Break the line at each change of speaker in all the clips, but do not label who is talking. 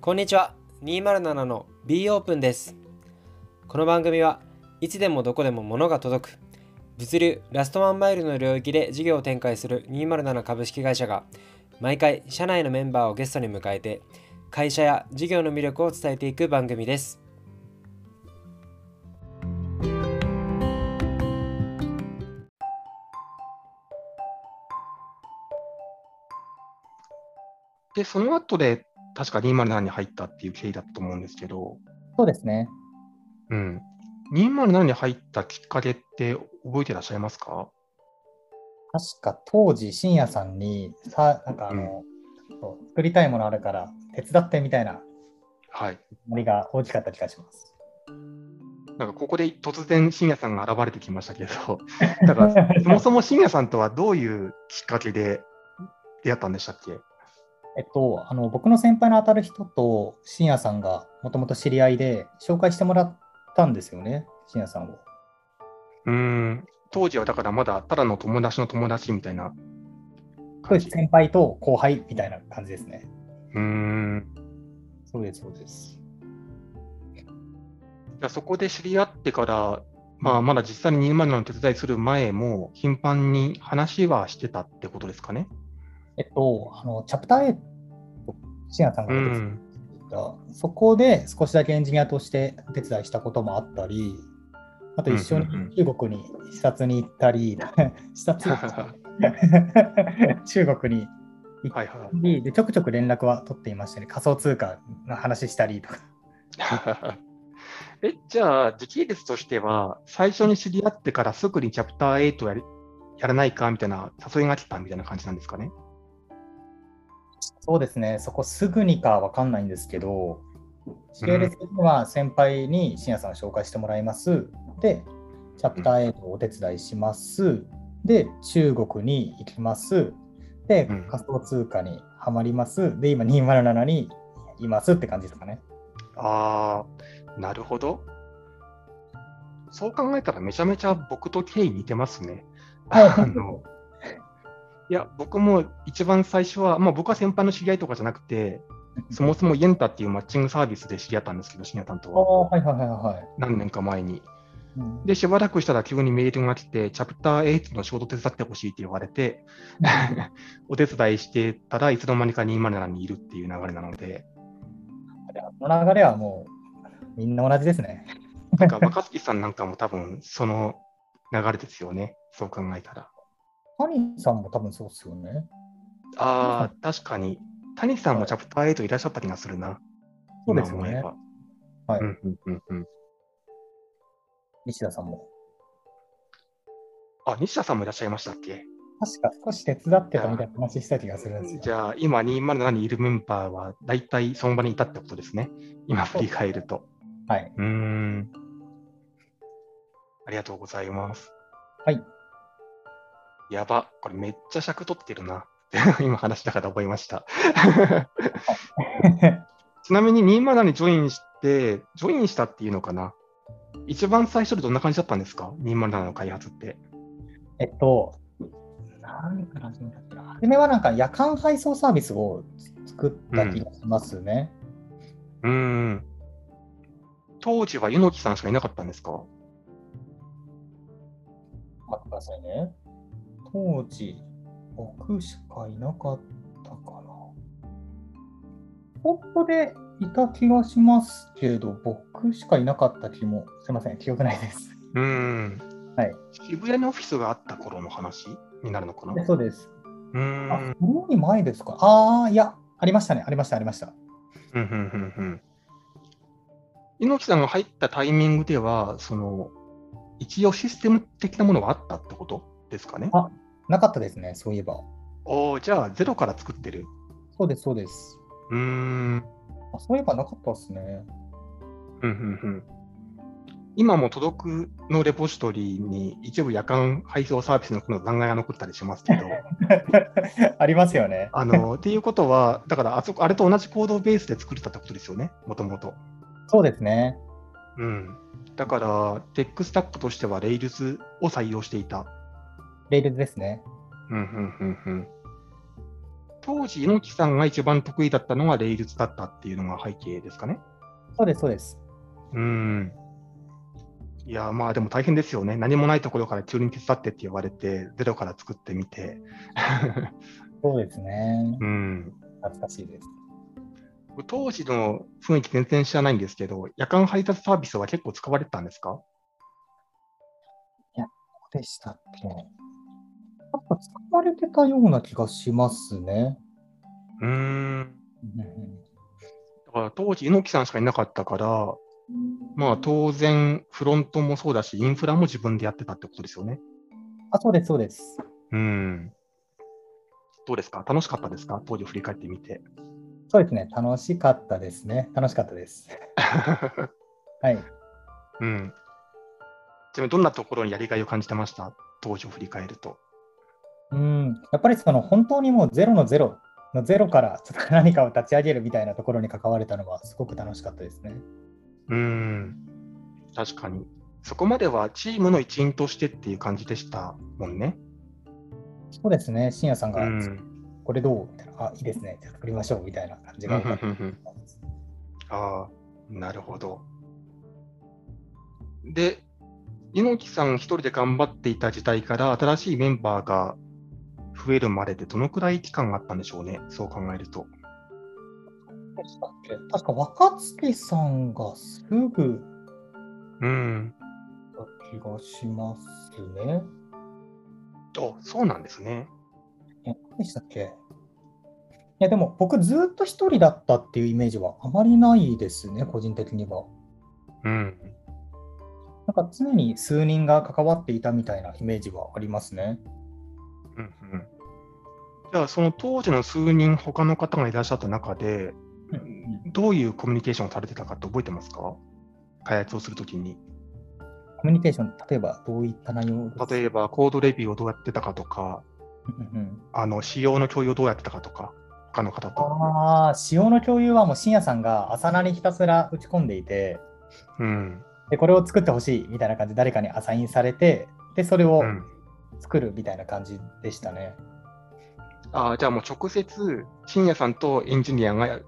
こんにちは207の B オープンですこの番組はいつでもどこでも物が届く物流ラストワンマイルの領域で事業を展開する207株式会社が毎回社内のメンバーをゲストに迎えて会社や事業の魅力を伝えていく番組です
で、その後で、確か207に入ったっていう経緯だったと思うんですけど、
そうですね。
うん。207に入ったきっかけって覚えてらっしゃいますか
確か当時、深夜さんに、さなんかあの、そう作りたいものあるから手伝ってみたいな
はい。
森が大きかった気がします。
なんかここで突然、深夜さんが現れてきましたけ ど、だから、 そもそも深夜さんとはどういうきっかけで出会ったんでしたっけ
えっと、あの僕の先輩の当たる人と深夜さんがもともと知り合いで紹介してもらったんですよね、深夜さんを。
うん。当時はだからまだただの友達の友達みたいな
そう
感
で
じ。
す先輩と後輩みたいな感じですね。
うん。
そうです、そうです。
じゃあそこで知り合ってから、まあ、まだ実際に207の手伝いする前も、頻繁に話はしてたってことですかね。
えっと、あのチャプター A と深夜さん
う
が出てき
ん。
たそこで少しだけエンジニアとしてお手伝いしたこともあったり、あと一緒に
うんうんうん
中国に視察に行ったり、 視 察中国に行
は
っ
いは
たりで、ちょくちょく連絡は取っていましたね。仮想通貨の話したりとか。
い。 え、じゃあ、時系列としては、最初に知り合ってからすぐにチャプター8やりやらないかみたいな誘いが来たみたいな感じなんですかね。
そうですね、そこすぐにかわかんないんですけど、時系列的には先輩に深夜さんを紹介してもらいます。で、チャプター8をお手伝いします。で、中国に行きます。で
うん、
仮想通貨にはまります。で、今207にいますって感じですかね。
ああ、なるほど。そう考えたらめちゃめちゃ僕と経緯似てますね。
はい
あのいや、僕も一番最初は、まあ、僕は先輩の知り合いとかじゃなくて、そもそもイエンタっていうマッチングサービスで知り合ったんですけど、深夜担当
ああ、
は
はいはいはいはい。
何年か前に。
うん
で、しばらくしたら急にメールが来て、チャプター8の仕事手伝ってほしいって言われて、 お手伝いしてたらいつの間にか207にいるっていう流れなので、
この流れはもうみんな同じですね。
なんか若槻さんなんかも多分その流れですよね、そう考えたら。
谷さんも多分そうですよね。
ああ、確かに。谷さんもチャプター8いらっしゃった気がするな。
そうですよね
今思えば
はい
うんうんうんうん
西田さんも。
あ、西田さんもいらっしゃいましたっけ
確か少し手伝ってたみたいな話した気がするんですよ。
じゃあ、今207にいるメンバーは、大体その場にいたってことですね。今振り返ると。
はい。
うーん。ありがとうございます。
はい。
やば、これめっちゃ尺取ってるな。 今話したから覚えました。ちなみに207にジョインして、ジョインしたっていうのかな。一番最初でどんな感じだったんですか ?207 の開発って。
えっと、何から始めたっけな。初めはなんか夜間配送サービスを作った気がしますね。
うーん。当時は柚木さんしかいなかったんですか
待ってくださいね。当時、僕しかいなかったかな。ポットでいた気がしますけど、僕しかいなかった気も、すいません、記憶ないです。
うーん。
はい。
渋谷にオフィスがあった頃の話になるのかな
そうです。
うー
あ、
ん。
そのに前ですか。ああ、いや、ありましたね、ありました、ありました。
うんうんうんうん猪木さんが入ったタイミングでは、その一応システム的なものはあったってことですかね。
あなかったですね、そういえば。
おーじゃあ、ゼロから作ってる。
そうです、そうです。
うーん
あそういえばなかったですね。
うんうんうん今も届くのレポジトリに一部夜間配送サービスのこの残骸が残ったりします けど、
ありますよね。
あのっていうことは、だからあそこあれと同じコードベースで作れたってことですよね、もともと。
そうですね。
うん、だから、テックスタックとしては Rails を採用していた
レールズですね。
うんうんうんうん当時、猪木さんが一番得意だったのがレイルズだったっていうのが背景ですかね。
そうです、そうです。
うん。いや、まあでも大変ですよね。何もないところから急に手伝ってって言われて、ゼロから作ってみて。
そうですね。
うん、
懐かしいです。
当時の雰囲気全然知らないんですけど、夜間配達サービスは結構使われてたんですか
どうでしたっけやっぱ使われてたような気がしますね。
うん。だから当時、猪木さんしかいなかったから、まあ当然、フロントもそうだし、インフラも自分でやってたってことですよね。
あ、そうです、そうです。
うん。どうですか楽しかったですか当時振り返ってみて。
そうですね。楽しかったですね。楽しかったです。はい。
うん。ちなみにどんなところにやりがいを感じてました当時を振り返ると。
うん、やっぱりその本当にもうゼロのゼロのゼロからちょっと何かを立ち上げるみたいなところに関われたのはすごく楽しかったですね。
うん。確かに。そこまではチームの一員としてっていう感じでしたもんね。
そうですね、深夜さん
う
が、
ん。
これどうみたいな、あ、いいですね、じゃあ作りましょうみたいな感じが多かったです。
ああ、なるほど。で、猪木さん一人で頑張っていた時代から新しいメンバーが増えるまででどのくらい期間があったんでしょうね。そう考えると。
確か若槻さんがすぐ
うん。
だった気がしますね。
あ、そうなんですね。
え何でしたっけいやでも僕ずっと一人だったっていうイメージはあまりないですね、個人的には。
うん。
なんか常に数人が関わっていたみたいなイメージはありますね。
うんうんじゃあ、その当時の数人、他の方がいらっしゃった中で、どういうコミュニケーションをされてたかって覚えてますか開発をするときに。
コミュニケーション、例えばどういった内容です
例えば、コードレビューをどうやってたかとか、
うんうん
あの仕様の共有をどうやってたかとか、他の方と。
ああ、仕様の共有はもう深夜さんが朝なにひたすら打ち込んでいて、
うん。
で、これを作ってほしいみたいな感じで誰かにアサインされて、で、それを
うん、
作るみたいな感じでしたね。
ああじゃあ、もう直接、深夜さんとエンジニアが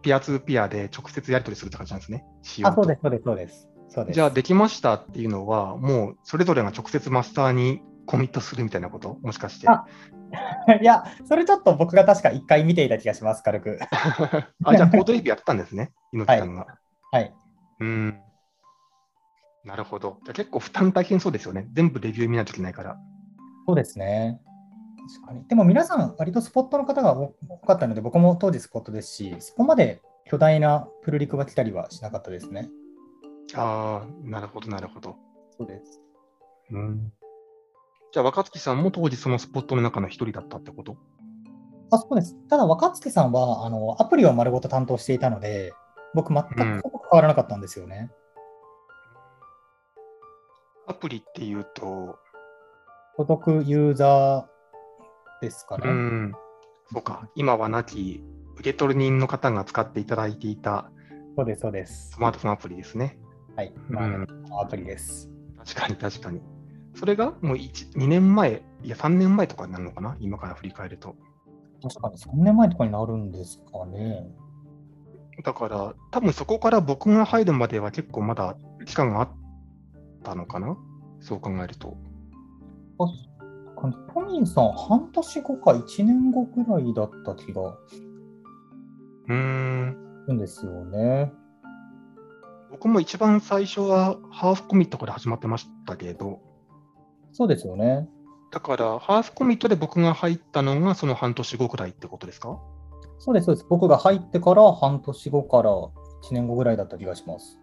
ピアツーピアで直接やり取りするって感じなんですね。仕
あ、
様
そう
と
です、そうです、そうです。そうです
じゃあ、できましたっていうのは、もうそれぞれが直接マスターにコミットするみたいなこともしかして。
あ いや、それちょっと僕が確か1回見ていた気がします、軽く。
あ、じゃあ、コードレビューやってたんですね、猪木さんが。
はい。
うん。なるほど。じゃあ結構負担大変そうですよね。全部レビュー見ないといけないから。
そうですね。確かに。でも皆さん、割とスポットの方が多多かったので、僕も当時スポットですし、そこまで巨大なプルリクが来たりはしなかったですね。
ああ、なるほど、なるほど。
そうです。
うん。じゃあ、若槻さんも当時そのスポットの中の一人だったってこと
あ、そうです。ただ、若槻さんは、あの、アプリを丸ごと担当していたので、僕、全く
うん
ほぼ変わらなかったんですよね。
アプリっていうと、
孤独ユーザーですか
う
ら、
ん、そうか、今は亡き受け取り人の方が使っていただいていた
そうです、そうです
ス。マートフォンアプリですね。
はい。まあ
うん、
アプリです。
確かに、確かに。それがもう1 2年前、いや、3年前とかになるのかな、今から振り返ると。
確かに3年前とかになるんですかね。
だから、多分そこから僕が入るまでは結構まだ期間があったのかな、そう考えると。
このトミーさん、半年後か1年後くらいだった気が
うーん、
するんですよね。
僕も一番最初はハーフコミットから始まってましたけど、
そうですよね。
だから、ハーフコミットで僕が入ったのがその半年後くらいってことですか
そうです、そうです。僕が入ってから半年後から1年後ぐらいだった気がします。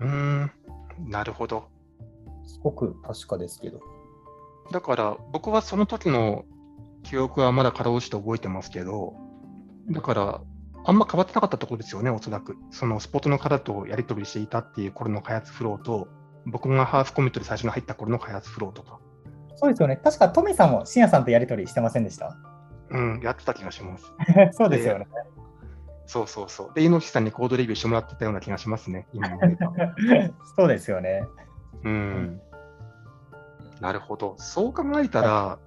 うーん、なるほど。
すごく確かですけど。
だから僕はその時の記憶はまだ過うして覚えてますけど、だからあんま変わってなかったところですよね、おそらく。そのスポットの方とやり取りしていたっていう頃の開発フローと、僕がハーフコミットで最初に入った頃の開発フローとか、
そうですよね。確かトミーさんも深夜さんとやり取りしてませんでした
うん、やってた気がします。
そうですよね。
そうそうそう。で、猪木さんにコードレビューしてもらってたような気がしますね、今思えば。
そうですよね。
うん。なるほど。そう考えたら、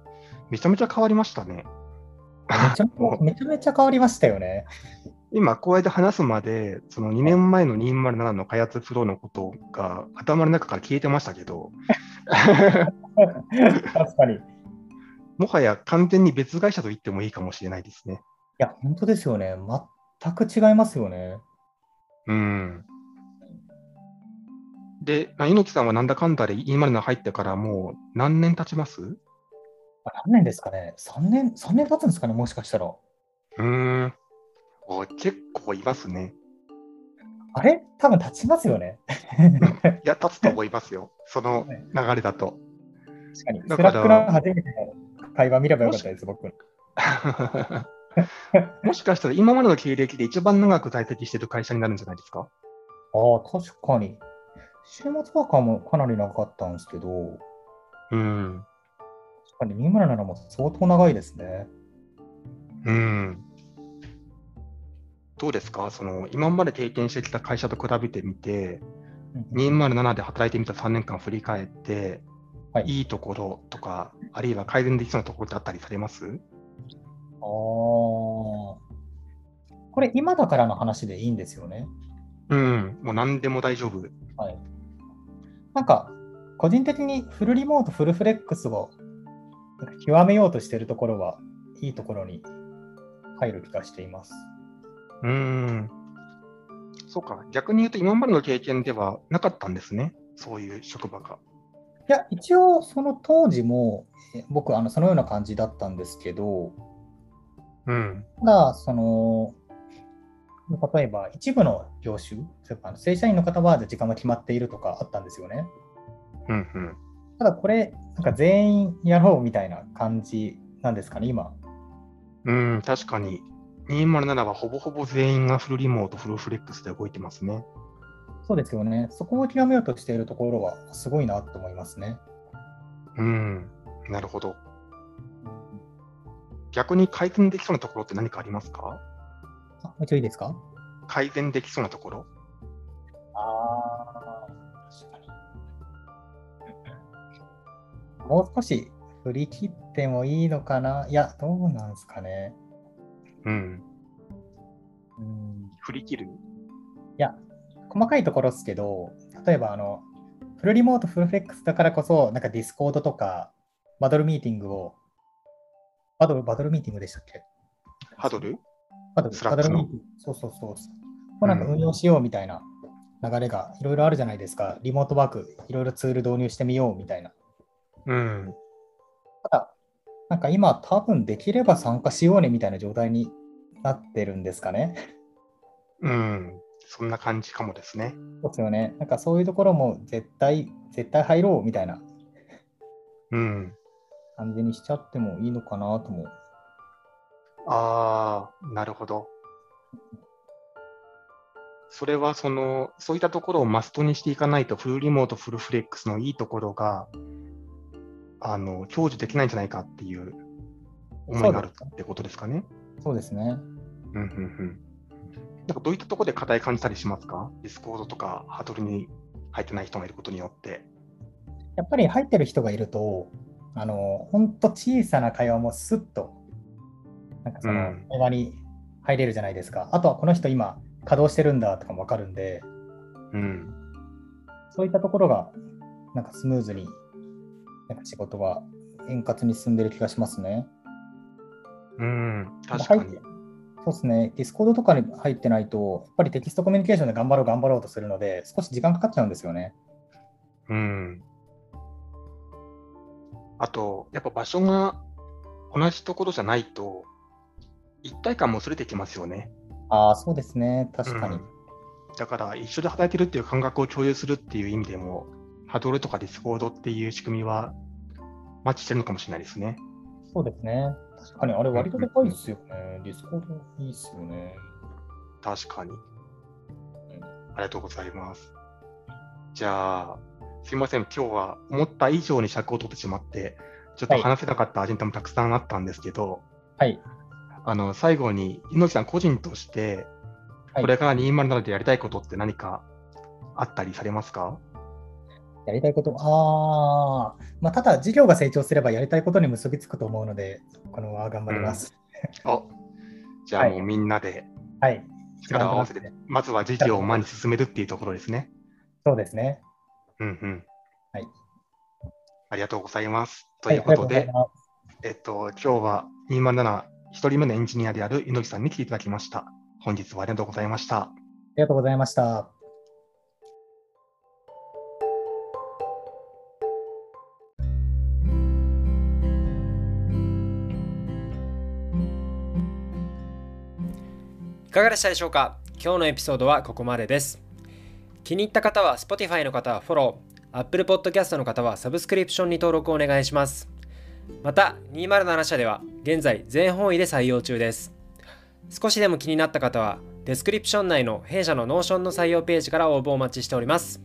めちゃめちゃ変わりましたね。
めちゃ
も う
めちゃめちゃ変わりましたよね。
今、こうやって話すまで、その2年前の207の開発プロのことが頭の中から消えてましたけど、
確かに。い
もはや完全に別会社と言ってもいいかもしれないですね。
や、本当ですよね。全く違いますよね。
うん。で、まあ猪木さんはなんだかんだで207入ってからもう何年経ちます
あ何年ですかね ?3 年、三年経つんですかねもしかしたら。
うーん。お結構いますね。
あれ多分経ちますよね。
いや、立つと思います よ。その流れだ と。
確かに。
だ
ス
から
ラックの初めての会話見ればよかったです、僕。
もしかしたら今までの経歴で一番長く在籍してる会社になるんじゃないですか
ああ、確かに。週末ワーカーもかなり長かったんですけど、
うん。
確かに三村ならも相当長いですね。
うん。どうですかその今まで経験してきた会社と比べてみて、207で働いてみた3年間振り返って、
はい
い、いところとか、あるいは改善できそうなところってあったりされます
ああ。これ、今だからの話でいいんですよね。
うん、もう何でも大丈夫。
はい。なんか、個人的にフルリモート、フルフレックスをなんか極めようとしてるところは、いいところに入る気がしています。
うん。そうか、逆に言うと今までの経験ではなかったんですね、そういう職場が。
いや、一応、その当時も、え僕、あのそのような感じだったんですけど、
うん。
ただ、その、例えば一部の業種、例えばあの正社員の方は時間が決まっているとかあったんですよね。
うんうん。
ただこれ、なんか全員やろうみたいな感じなんですかね、今。
うん、確かに。207はほぼほぼ全員がフルリモート、フルフレックスで動いてますね。
そうですよね。そこを極めようとしているところはすごいなと思いますね。
うん、なるほど。逆に改善できそうなところって何かありますか
あもう一度いいですか
改善できそうなところ
あ確かに。もう少し振り切ってもいいのかないや、どうなんですかね。
うん。
うん
振り切る
細かいところですけど、例えばあの、フルリモート、フルフレックスだからこそ、なんかディスコードとか、バトルミーティングを、バトル、バトルミーティングでしたっけ
ハドル
バトル、
スラ
バ
ッ
ト
ク
ル
の
ミーティング。そうそうそう。こうなんか運用しようみたいな流れがいろいろあるじゃないですか。リモートワーク、いろいろツール導入してみようみたいな。
うん。
ただ、なんか今、多分できれば参加しようねみたいな状態になってるんですかね。
うん。そんな感じかもですね。
そうですよね。なんかそういうところも絶対、絶対入ろうみたいな
うん。
感じにしちゃってもいいのかなとも
ああ、なるほど。それはその、そういったところをマストにしていかないと、フルリモート、フルフレックスのいいところが、あの、享受できないんじゃないかっていう思いがあるってことですかね。
そうですね。
うんうんうん。なんかどういったところで課題感じたりしますかディスコードとかハードルに入ってない人がいることによって。
やっぱり入ってる人がいると、あの、ほんと小さな会話もスッと、なんかその
うん、
会話に入れるじゃないですか。あとはこの人今、稼働してるんだとかもわかるんで、
うん。
そういったところが、なんかスムーズに、なんか仕事は円滑に進んでる気がしますね。
うん。確か
入っ
に
て。そうですね。ディスコードとかに入ってないと、やっぱりテキストコミュニケーションで頑張ろう、頑張ろうとするので、少し時間かかっちゃうんですよね。
うん。あと、やっぱ場所が同じところじゃないと、一体感も薄れてきますよね。
ああ、そうですね。確かに。
うんだから、一緒で働いてるっていう感覚を共有するっていう意味でも、ハードルとかディスコードっていう仕組みは、マッチしてるのかもしれないですね。
そうですね。確かに、あれ割とでかいですよね。ディスコードいいですよね。
確かに。ありがとうございます。じゃあ、すいません、今日は思った以上に尺を取ってしまって、ちょっと
はい
話せなかったアジェンダもたくさんあったんですけど、
はい。
あの最後に猪木さん個人として、
はい
これから207でやりたいことって何かあったりされますか
やりたいこと、ああ、まあ、ただ事業が成長すればやりたいことに結びつくと思うので、このまま頑張ります。
あじゃあもうみんなで
はい。
力を合わせて、
一番楽し
まずは事業を前に進めるっていうところですね。
そうですね。
うんうん。
はい。
ありがとうございます。と
はいいう
ことで、
ありがございます
えっと、今日は207、一人目のエンジニアである猪木さんに来ていただきました。本日はありがとうございました。
ありがとうございました。
いかがでしたでしょうか今日のエピソードはここまでです。気に入った方は Spotify の方はフォロー、Apple Podcast の方はサブスクリプションに登録お願いします。また、207社では現在全方位で採用中です。少しでも気になった方は、デスクリプション内の弊社の Notion の採用ページから応募お待ちしております。